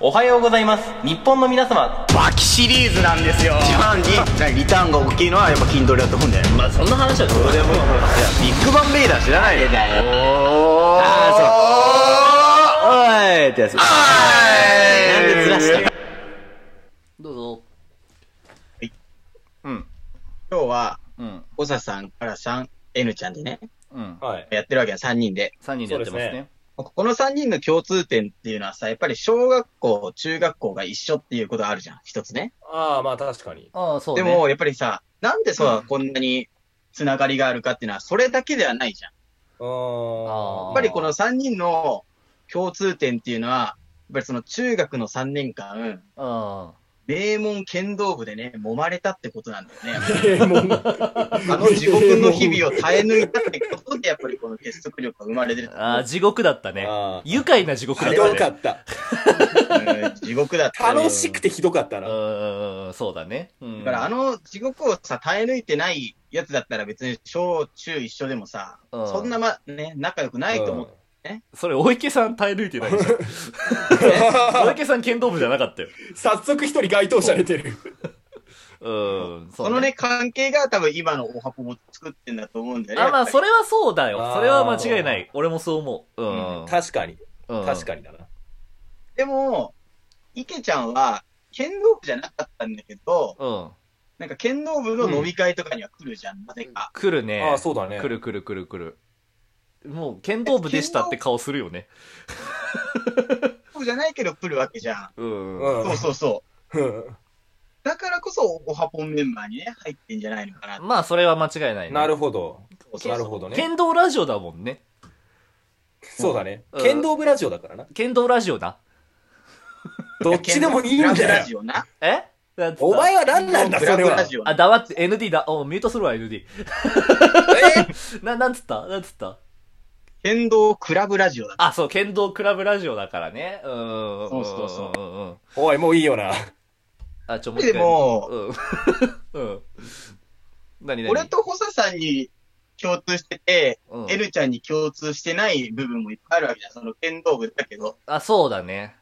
おはようございます日本の皆様脇シリーズなんですよ一番にリターンが大きいのはやっぱ筋トレだと思うんだよねまあそんな話はどうでもいいビッグバンベイダー知らないでだよおーあーそうおーいってやつなんなんでずらしたのどうぞうん今日は、うんおささん、からさん、N ちゃんでね、うんはいやってるわけや、3人で。 3人でやってますそうですねこの3人の共通点っていうのはさ、やっぱり小学校、中学校が一緒っていうことあるじゃん、一つね。ああまあ確かにああそうでねも、やっぱりさ、なんでそう、こんなにつながりがあるかっていうのは、それだけではないじゃん。うーんあーやっぱりこの3人の共通点っていうのは、やっぱりその中学の3年間、あ名門剣道部でね、揉まれたってことなんだよね。えもうあの地獄の日々を耐え抜いたってことで、やっぱりこの結束力が生まれてるー。あー地獄だったねあー愉快な地獄だっひたどねかった。うん地獄だったね、楽しくてひどかったうな。ーんそうだねうんだからあの地獄をさ、耐え抜いてないやつだったら別に小中一緒でもさ、うんそんなま、ね、仲良くないと思って、それお池さん耐え抜いてないじ ゃんお池さん剣道部じゃなかったよ早速一人該当者出てる。うーんそのね、関係が多分今のおはこも作ってんだと思うんだよね。あまやあっぱりそれはそうだよあーそれは間違いない俺もそう思ううん確かに。確かににだな。でも、池ちゃんは、剣道部じゃなかったんだけど、うんなんか剣道部の飲み会とかには来るじゃん、なぜか。来るねああ、そうだね。来る来る来る来るもう剣道部でしたって顔するよね剣道部じゃないけど来るわけじゃ。うんうんんそうそうそう。うんだからこそ、おはぽんメンバーにね、入ってんじゃないのかな。まあそれは間違いないねなるほど。そうそうなるほどね。剣道ラジオだもんねそうだねう。ん剣道部ラジオだからな。剣道ラジオだどっちでもいいんクラブだラよ。ジオな。えだってさお前は何なんだ、クそラブれはラ。ジオなあ、黙って、ND だ。お、ミュートするわ、ND。えな、なんつったなんつった剣道クラブラジオだ。あ、そう、剣道クラブラジオだからね。うーん。そうそうそうう。んうんうん。おい、もういいよな。あ、ちょ、もう一で回。も、 うん。うん。何何俺、とホサさんに共通してて、うん、エルちゃんに共通してない部分もいっぱいあるわけじゃん。その剣道部だけど。あ、そうだね。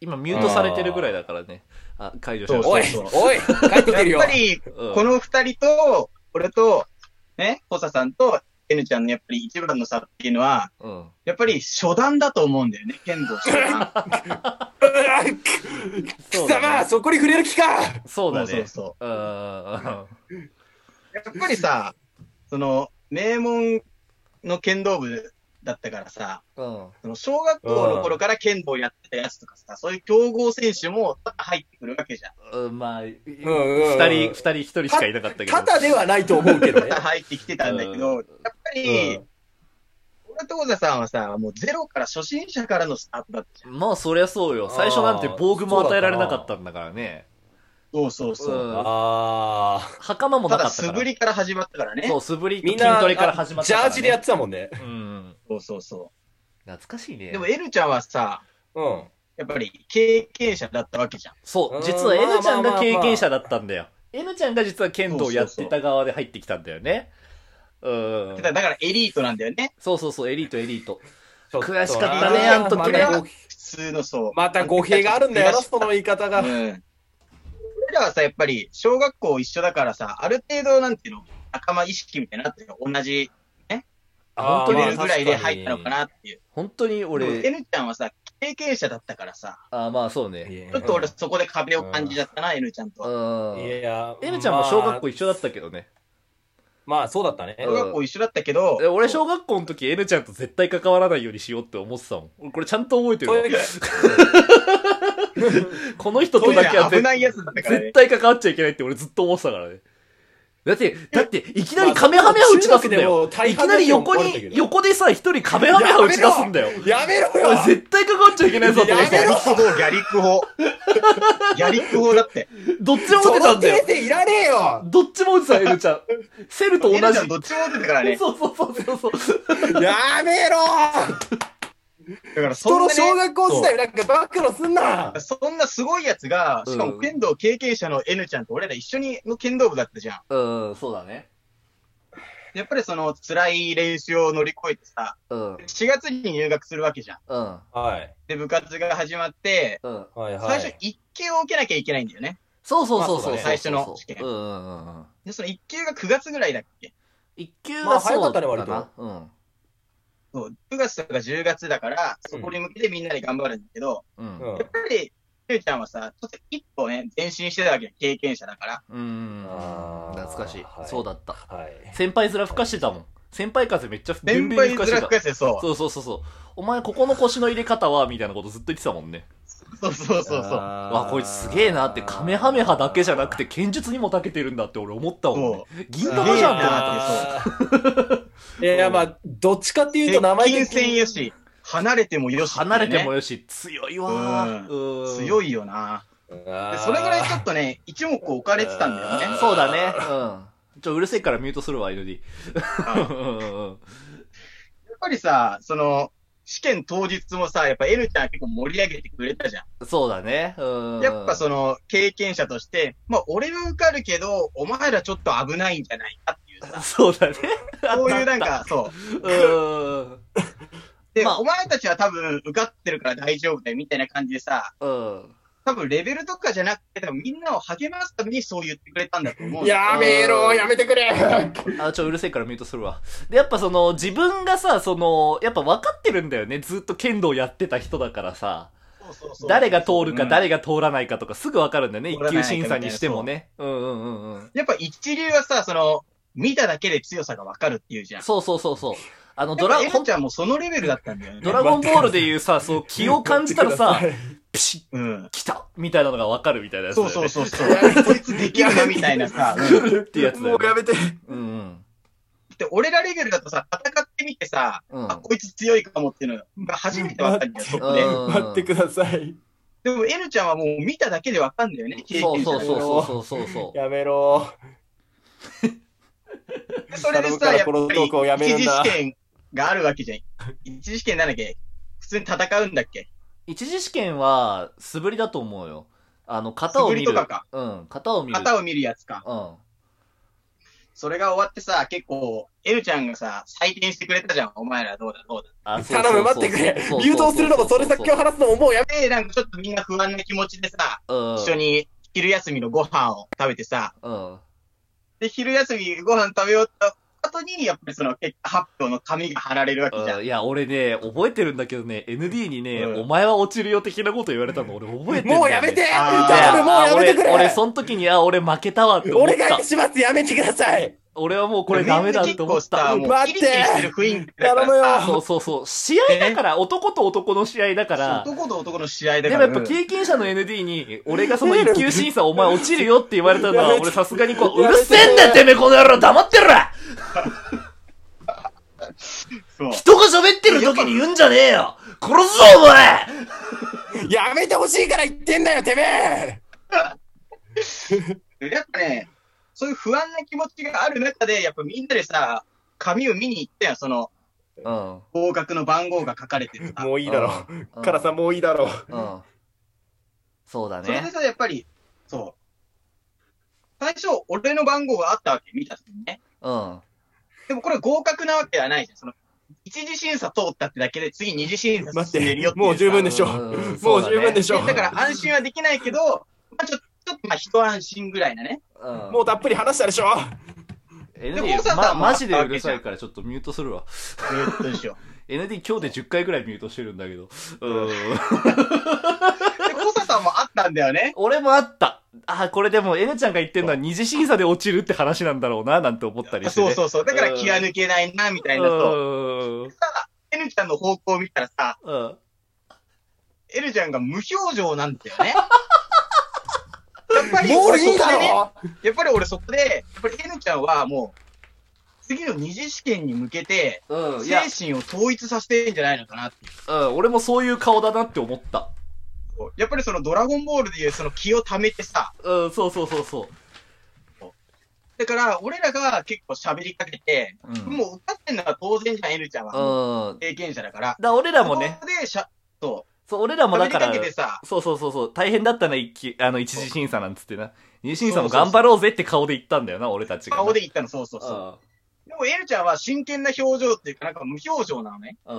今、ミュートされてるぐらいだからね。あ、解除しまそおういそう、おい、帰ってきやてるっよぱ。り、うんこの二人と、俺と、ね、ホサさんとエルちゃんのやっぱり一番の差っていうのは、うん。やっぱり初段だと思うんだよね、剣道初段。うわ貴そうだね様、そこに触れる気か そうだね。そうそうーん。やっぱりさ、その、名門の剣道部だったからさ、うん。その小学校の頃から剣道やってたやつとかさ、そういう強豪選手も入ってくるわけじゃん。うん、まあ、二うん人、二人、一人しかいなかったけど。ただではないと思うけどね。入ってきてたんだけど、うんやっぱうりん、俺と小田さんはさ、もうゼロから初心者からのスタートだったじゃん。まあ、そりゃそうよ。最初なんて防具も与えられなかったんだからね。そうそうそう。うん ああ。袴もたなかだったか素ら。振りから始まったからねそ。う、素振りとみん筋な、トレから始まったから、ジャージでやってたもんね。て。うん。そうそうそ。懐かしいうね。でも、エルちゃんはさ、うん。やっぱり経験者だったわけじゃん。そうう、ん実は N ちゃんが経験者だったんだよ。N ちゃんが実は剣道やってた側で入ってきたんだよね。うんだ。からだからエリートなんだよね。そうそうそう、エリート、エリート。ちょっとな悔しかったねあの時ねまた語普通のそう。また語弊があるんだよな、そのう言い方が。ん。俺らはさ、やっぱり小学校一緒だからさ、ある程度なんていうの、仲間意識みたいなのあって同じあ本当レにベルぐらいで入ったのかなっていう。本当に俺、俺、 N ちゃんはさ、経験者だったからさ、あ、まあそうまあね。確かにちょっと俺そこで壁を感じちゃったな、N ちゃんとうは。ん。いや、 N ちゃんも小学校まあ一緒だったけどね。まあ、そうだったね。う小ん学校一緒だったけどえ、俺小学校の時 N ちゃんと絶対関わらないようにしようって思ってたもん。俺これちゃんと覚えてるそうわいうこの人そうというだけのは危絶ないやつだったから絶ね。対関わっちゃいけないって俺ずっと思ってたからね。だって、だって、いきなりカメハメハ打ち出すんだまあよ中学でも。大いき半なのり人も横あるけに、ど横でさ、一人カメハメハ打ち出すんだよ。やめろよ俺絶対関わっちゃいけないぞと思っやてめギャリろック法、ギャリック法。ギャリック法だって。どっちも打そてたのんだ先よ。生いらねえよどっちも打てた、エルちゃん。セルと同 N じちゃん。どっちも打ってたからね。そうそうそうそうそう。やめろだから人そんのな、ね、小学校時代をなんか暴露すんなそうそんなすごいやつが、しかも剣道経験者の N ちゃんと俺ら一緒にの剣道部だったじゃん。うん、そうだね。やっぱりその辛い練習を乗り越えてさ、うん。 4月に入学するわけじゃん。うん。はい。で、部活が始まって、うん。はいは最初い。 1級を受けなきゃいけないんだよね。そうそうそうまあそうだそう。ね最初の試験うんうんうんうん。で、その1級が9月ぐらいだっけ一級まはあそうだな。早かったね割うん。そう、9月とか10月だから、そこに向けてみんなで頑張るんだけど、う。うんんやっ。ぱり、ゆうちゃんはさ、ちょっと一歩ね、前進してたわけよ経験者だから。うん。あー懐かしいは。いそうだった。はい。先輩面吹かしてたもん。先輩風めっちゃビュンビ先ュン輩吹にかして辛たく。かせて、そう。そうそうそうそう。お前ここの腰の入れ方は、みたいなことずっと言ってたもんね。そうそうそうそう。わ、わこいつすげえなって、カメハメハだけじゃなくて、剣術にも長けてるんだって俺思ったもんねそ。銀玉じゃんってすげえなっなって。いやいや、まあ、どっちかっていうと、名前金的銭に。よし、離れてもよし、て。離れてもよし、強いわー。うん強いよな。で、でそれぐらいちょっとね、一目置かれてたんだよね。そうだね。うん。ちょ、うるせえからミュートするわ、ND。はいうんうんうんやっぱりさ、その、試験当日もさ、やっぱ N ちゃん結構盛り上げてくれたじゃそうだね。うん。ん。やっぱその、経験者として、まあ、俺は受かるけど、お前らちょっと危ないんじゃないかっていうさ、そうだね。 そういうなんか、そう。うん。で、まあお前たちは多分受かってるから大丈夫だよみたいな感じでさ、うん。多分レベルとかじゃなくて、多分みんなを励ますためにそう言ってくれたんだと思うんだよ。やめろ、やめてくれ。あ、ちょ、うるせえからミュートするわ。で、やっぱその、自分がさ、その、やっぱ分かってるんだよね。ずっと剣道やってた人だからさ、そうそうそう誰が通るかうん誰が通らないかとかすぐ分かるんだよね。通一らない級審査にしてもね。うんうんうんうん。やっぱ一流はさ、その、見ただけで強さがわかるっていうじゃん。そうそうそうそう。あの、ドドララ、ゴンちゃんもそのレベルだったんだよね。ドラゴンボールでいうさ、そう、気を感じたら さ、ピシッ、うん。来たみたいなのが分かるみたいなやつだそようね。そうそ うそう。こいつできるなみたいなさ。うん来るってやつだもようねや。めて。うんうん。で、俺らレベルだとさ、戦ってみてさ、うんあ、こいつ強いかもっていうのが初めてわかるんだよ、そこで。うん待ってください。でも N ちゃんはもう見ただけでわかるんだよね、経そう験者そうだからそうそうそうそう。やめろ。それ頼でむかさ、らやっぱこのトークをやりめ一るん次だ試験があるわけじゃん。一次試験なんだっけ普通に戦うんだっけ一次試験は素振りだと思うよ。あの、型を見素る。振りとかうん、型を見る。型を見るやつか。うん。それが終わってさ、結構、N ちゃんがさ、採点してくれたじゃん。お前らどうだどうだ。あそう頼む、待ってくれ。誘導するのも、それ先を。話すのも、もうやめで、なんかちょっとみんな不安な気持ちでさ、そうそう一そう緒に昼休みのご飯を食べてさ、うん。うん。で、昼休みご飯食べようと後に、やっぱりその結果発表の紙が貼られるわけじゃうんん。いや、俺ね、覚えてるんだけどね、ND にね、うんお前は落ちるよ的なこと言われたの俺覚えてる、もうやめてあー頼む、もうやめてく俺、俺、れその時に、あ、俺負けたわって思っお願たい。します、やめてください俺はもうこれダメだって結思構っさ、た。もう待キってリキリしてる雰囲気だ か頼むらさ、そようそうそう。試合だから、男と男の試合だから。男と男の試合だでかもやら。っぱ経験者の ND に、俺がその一級審査お前落ちるよって言われたのは、俺さすがにこう、うやるめてせえんだよてめえこの野郎黙ってろそう人が喋ってる時に言うんじゃねえよ殺すぞお前やめてほしいから言ってんだよ、てめえやっぱね、そういう不安な気持ちがある中で、やっぱみんなでさ、紙を見に行ったやん、そのうん。合格の番号が書かれてるさ。もういいだろ。うカラさん、もういいだろ。うん。そうだそれでね。さ、やっぱり、そう。最初、俺の番号があったわけ、見た時にね。うん。でもこれ合格なわけではないじゃん。その、一次審査通ったってだけで、次二次審査待進めるって、よっていうもう十分でしょ。うんうんもう十分でしょで。だから安心はできないけど、まあちょっと、ちょっとまあ一安心ぐらいなね。うん。もうたっぷり話したでしょ ND コサ、さま、んもあマったわけじジゃでうんるさいからちょっとミュートするわ。どうしよ ND 今日で10回ぐらいミュートしてるんだけど。うん。 う。で、コサさんもあったんだよね。俺もあった。あ、これでも N ちゃんが言ってるのは二次審査で落ちるって話なんだろうな、なんて思ったりして、そね。うそうそう。だから気が抜けないな、みたいなと。うさあ、N ちゃんの方向を見たらさ、んうん。 N ちゃんが無表情なんだよ ね。やっぱりもう俺いいそこだでね、ろやっぱり俺そこで、やっぱり N ちゃんはもう、次の二次試験に向けて、うん、い精や、神を統一させてんじゃないのかなっていううん、俺もそういう顔だなって思った。やっぱりそのドラゴンボールでいうその気を溜めてさ、うん、そうそうそうそだから俺らが結構喋りかけて、う。うん。もう歌ってんのは当然じゃん、N ちゃんは。うん。経験者だから。だ俺らもね、そこでしゃ、そそう、俺らう、も喋だりからかけ、てさ、そうそうそう、そう大変だったな、一期、あの、一次審査なんつってな。二次審査も頑張ろうぜって顔で言ったんだよな、俺たちが。顔で言ったの、そうそうそうん。う。ででも、エルちゃんは真剣な表情っていうか、なんか無表情なのね。うん。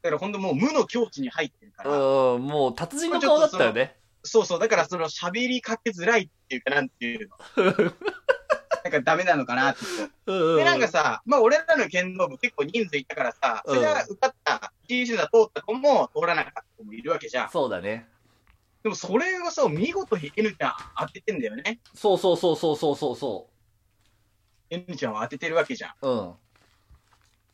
だからほんともう無の境地に入ってるから。うん、もう達人の顔だったよね。そうそう、だからその喋りかけづらいっていうか、なん ていうの。なんかダメなのかなって。うで、なんかさ、まあ俺らの剣道部結構人数いたからさ、それが受かった、新種だ通った子も通らなかった子もいるわけじゃん。そうだね。でもそれがさ、見事に N ちゃん当ててんだよね。そうそうそうそうそうそうそ N ちゃんを当ててるわけじゃん。う。うん。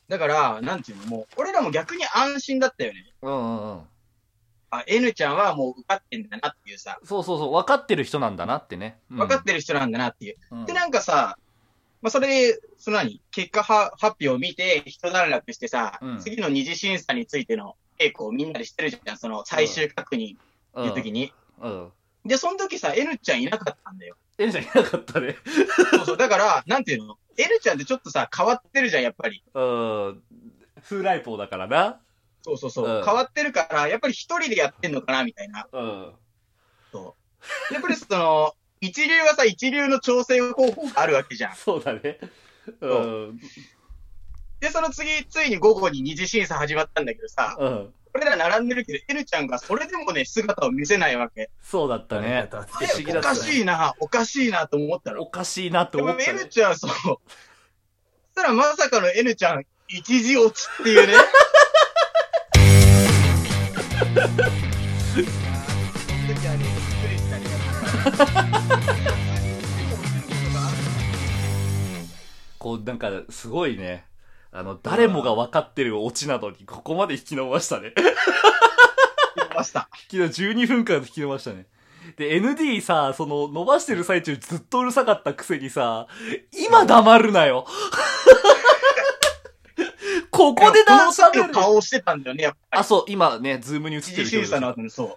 だから、なんていうの、もう、俺らも逆に安心だったよね。うんうんうん。あ、N ちゃんはもう受かってんだなっていうさ、そうそうそう。分かってる人なんだなってね。分かっててる人なんだなっていう。うんで、なんかさ、まあ、それで、その何、結果は発表を見て、一段落してさ、うん次の二次審査についての稽古をみんなでしてるじゃん、その最終確認っていう時に。うん。うん。で、その時さ、N ちゃんいなかったんだよ。エルちゃんいなかったね。そうそう、だから、なんていうの、N ちゃんってちょっとさ、変わってるじゃん、やっぱり。うん。風来坊だからな。そうそうそう。うん変わってるから、やっぱり一人でやってんのかな、みたいな。うん。そう。やっぱりその、一流はさ、一流の調整方法があるわけじゃん。そうだね。うん。で、その次、ついに午後に二次審査始まったんだけどさ、うん。俺ら並んでるけど、エルちゃんがそれでもね、姿を見せないわけ。そうだったね。だって不思議だおったかねしいな、おかしいなと思ったの。おかしいなってで思も、ったエルね。ちゃん、そう。そしたらまさかのエルちゃん、一時落ちっ ていうね。その時はね、びっくりしたり こう、なんか、すごいね。あの、誰もが分かってるオチなどに、ここまで引き伸ばしたね。言ってました。昨日12分間引き伸ばしたね。で、ND さ、その、伸ばしてる最中ずっとうるさかったくせにさ、今黙るな よここでこの黙時るの顔をしてたんだよね、やっぱり。あ、そう、今ね、ズームに映って一る次審査の後にそう。